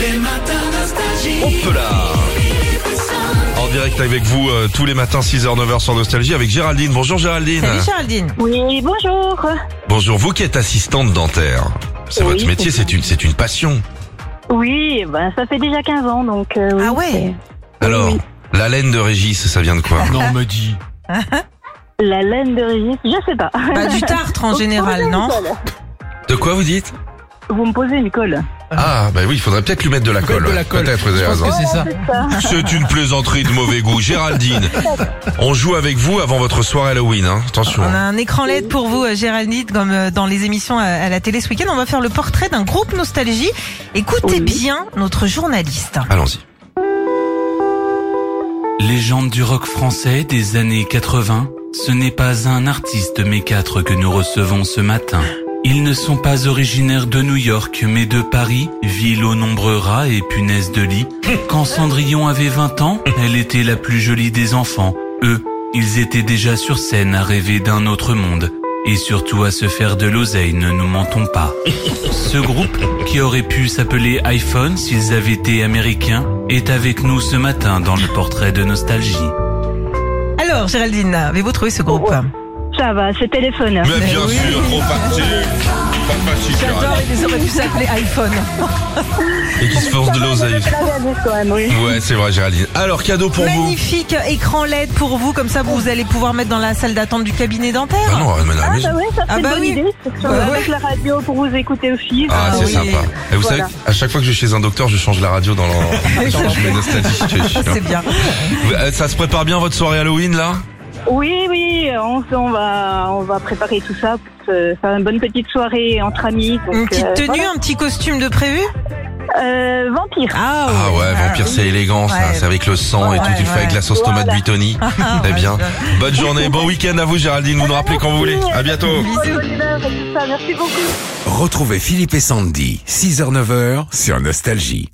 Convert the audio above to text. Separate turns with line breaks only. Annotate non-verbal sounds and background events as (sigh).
Les matins nostalgie.
Hop là En direct avec vous euh, tous les matins 6h 9h sur Nostalgie avec Géraldine. Bonjour Géraldine.
Salut Géraldine.
Oui, bonjour.
Bonjour vous qui êtes assistante dentaire. C'est
Oui,
votre métier,
c'est
c'est une c'est une passion.
Oui, ben, ça fait déjà 15 ans, donc. euh, oui,
Ah ouais.
Alors, la laine de Régis, ça vient de quoi
Non, me dis.
c'est La laine de Régis, je sais pas.
Bah, du tartre en
Vous me posez
général,
une
non
colle.
De quoi vous dites
Vous me posez une colle.
Ah bah oui, il faudrait peut-être lui mettre de la colle.
Mettre de la
ouais.
colle.
Peut-être, vous avez
Je pense
raison.
que c'est ça.
C'est ça.
C'est une plaisanterie de mauvais goût.
(laughs)
Géraldine, on joue avec vous avant votre soirée Halloween, hein. attention.
On
Ah,
a un écran LED pour vous, euh, Géraldine, comme euh, dans les émissions à- à la télé ce week-end. On va faire le portrait d'un groupe Nostalgie. Écoutez
Oui.
bien notre journaliste.
Allons-y.
Légende du rock français des années 80, ce n'est pas un artiste mais quatre que nous recevons ce matin. Ils ne sont pas originaires de New York mais de Paris, ville aux nombreux rats et punaises de lit. Quand Cendrillon avait 20 ans, elle était la plus jolie des enfants. Eux, ils étaient déjà sur scène à rêver d'un autre monde. Et surtout à se faire de l'oseille, ne nous mentons pas. Ce groupe, qui aurait pu s'appeler iPhone s'ils avaient été américains, est avec nous ce matin dans le portrait de nostalgie.
Alors, Géraldine, avez-vous trouvé ce groupe
Ça va, c'est téléphone.
Mais bien
oui.
sûr, trop facile. Pas facile, Géraldine.
ils auraient pu s'appeler iPhone.
Et qui se force de l'oseille.
C'est la Régis, quand même, oui.
Ouais, c'est vrai, Géraldine. Alors, cadeau pour vous.
Magnifique écran LED pour vous, comme ça vous allez pouvoir mettre dans la salle d'attente du cabinet dentaire.
Ah non, on va mettre à la
Ah,
maison.
bah oui, ça
Ah
fait une
bah
bonne
oui.
idée. c'est sûr,
Bah
avec la radio pour vous écouter aussi.
Ah,
Ah
c'est
oui.
sympa. Et vous
Voilà.
savez, à chaque fois que je suis chez un docteur, je change la radio dans
(laughs)
le. je mets Nostalgie, je te jure.
Ah, C'est bien.
Euh, Ça se prépare bien votre soirée Halloween là
Oui, oui, on, s- on va, on va préparer tout ça. pour se Faire une bonne petite soirée entre amis. donc,
Une petite
euh,
tenue,
voilà.
un petit costume de prévu
Euh, Vampire.
Ah,
Ah ouais, vampire, c'est élégant, ça.
Ouais.
C'est avec le sang et tout.
Ouais,
Tu le fais avec
ouais.
la sauce tomate
Voilà.
buitoni.
(laughs)
Très bien. Bonne journée, bon week-end à vous, Géraldine. Vous nous rappelez quand vous voulez. À bientôt.
Ah, Bisous.
Bonheur et tout ça, Merci beaucoup.
Retrouvez Philippe et Sandy, 6h-9h sur Nostalgie.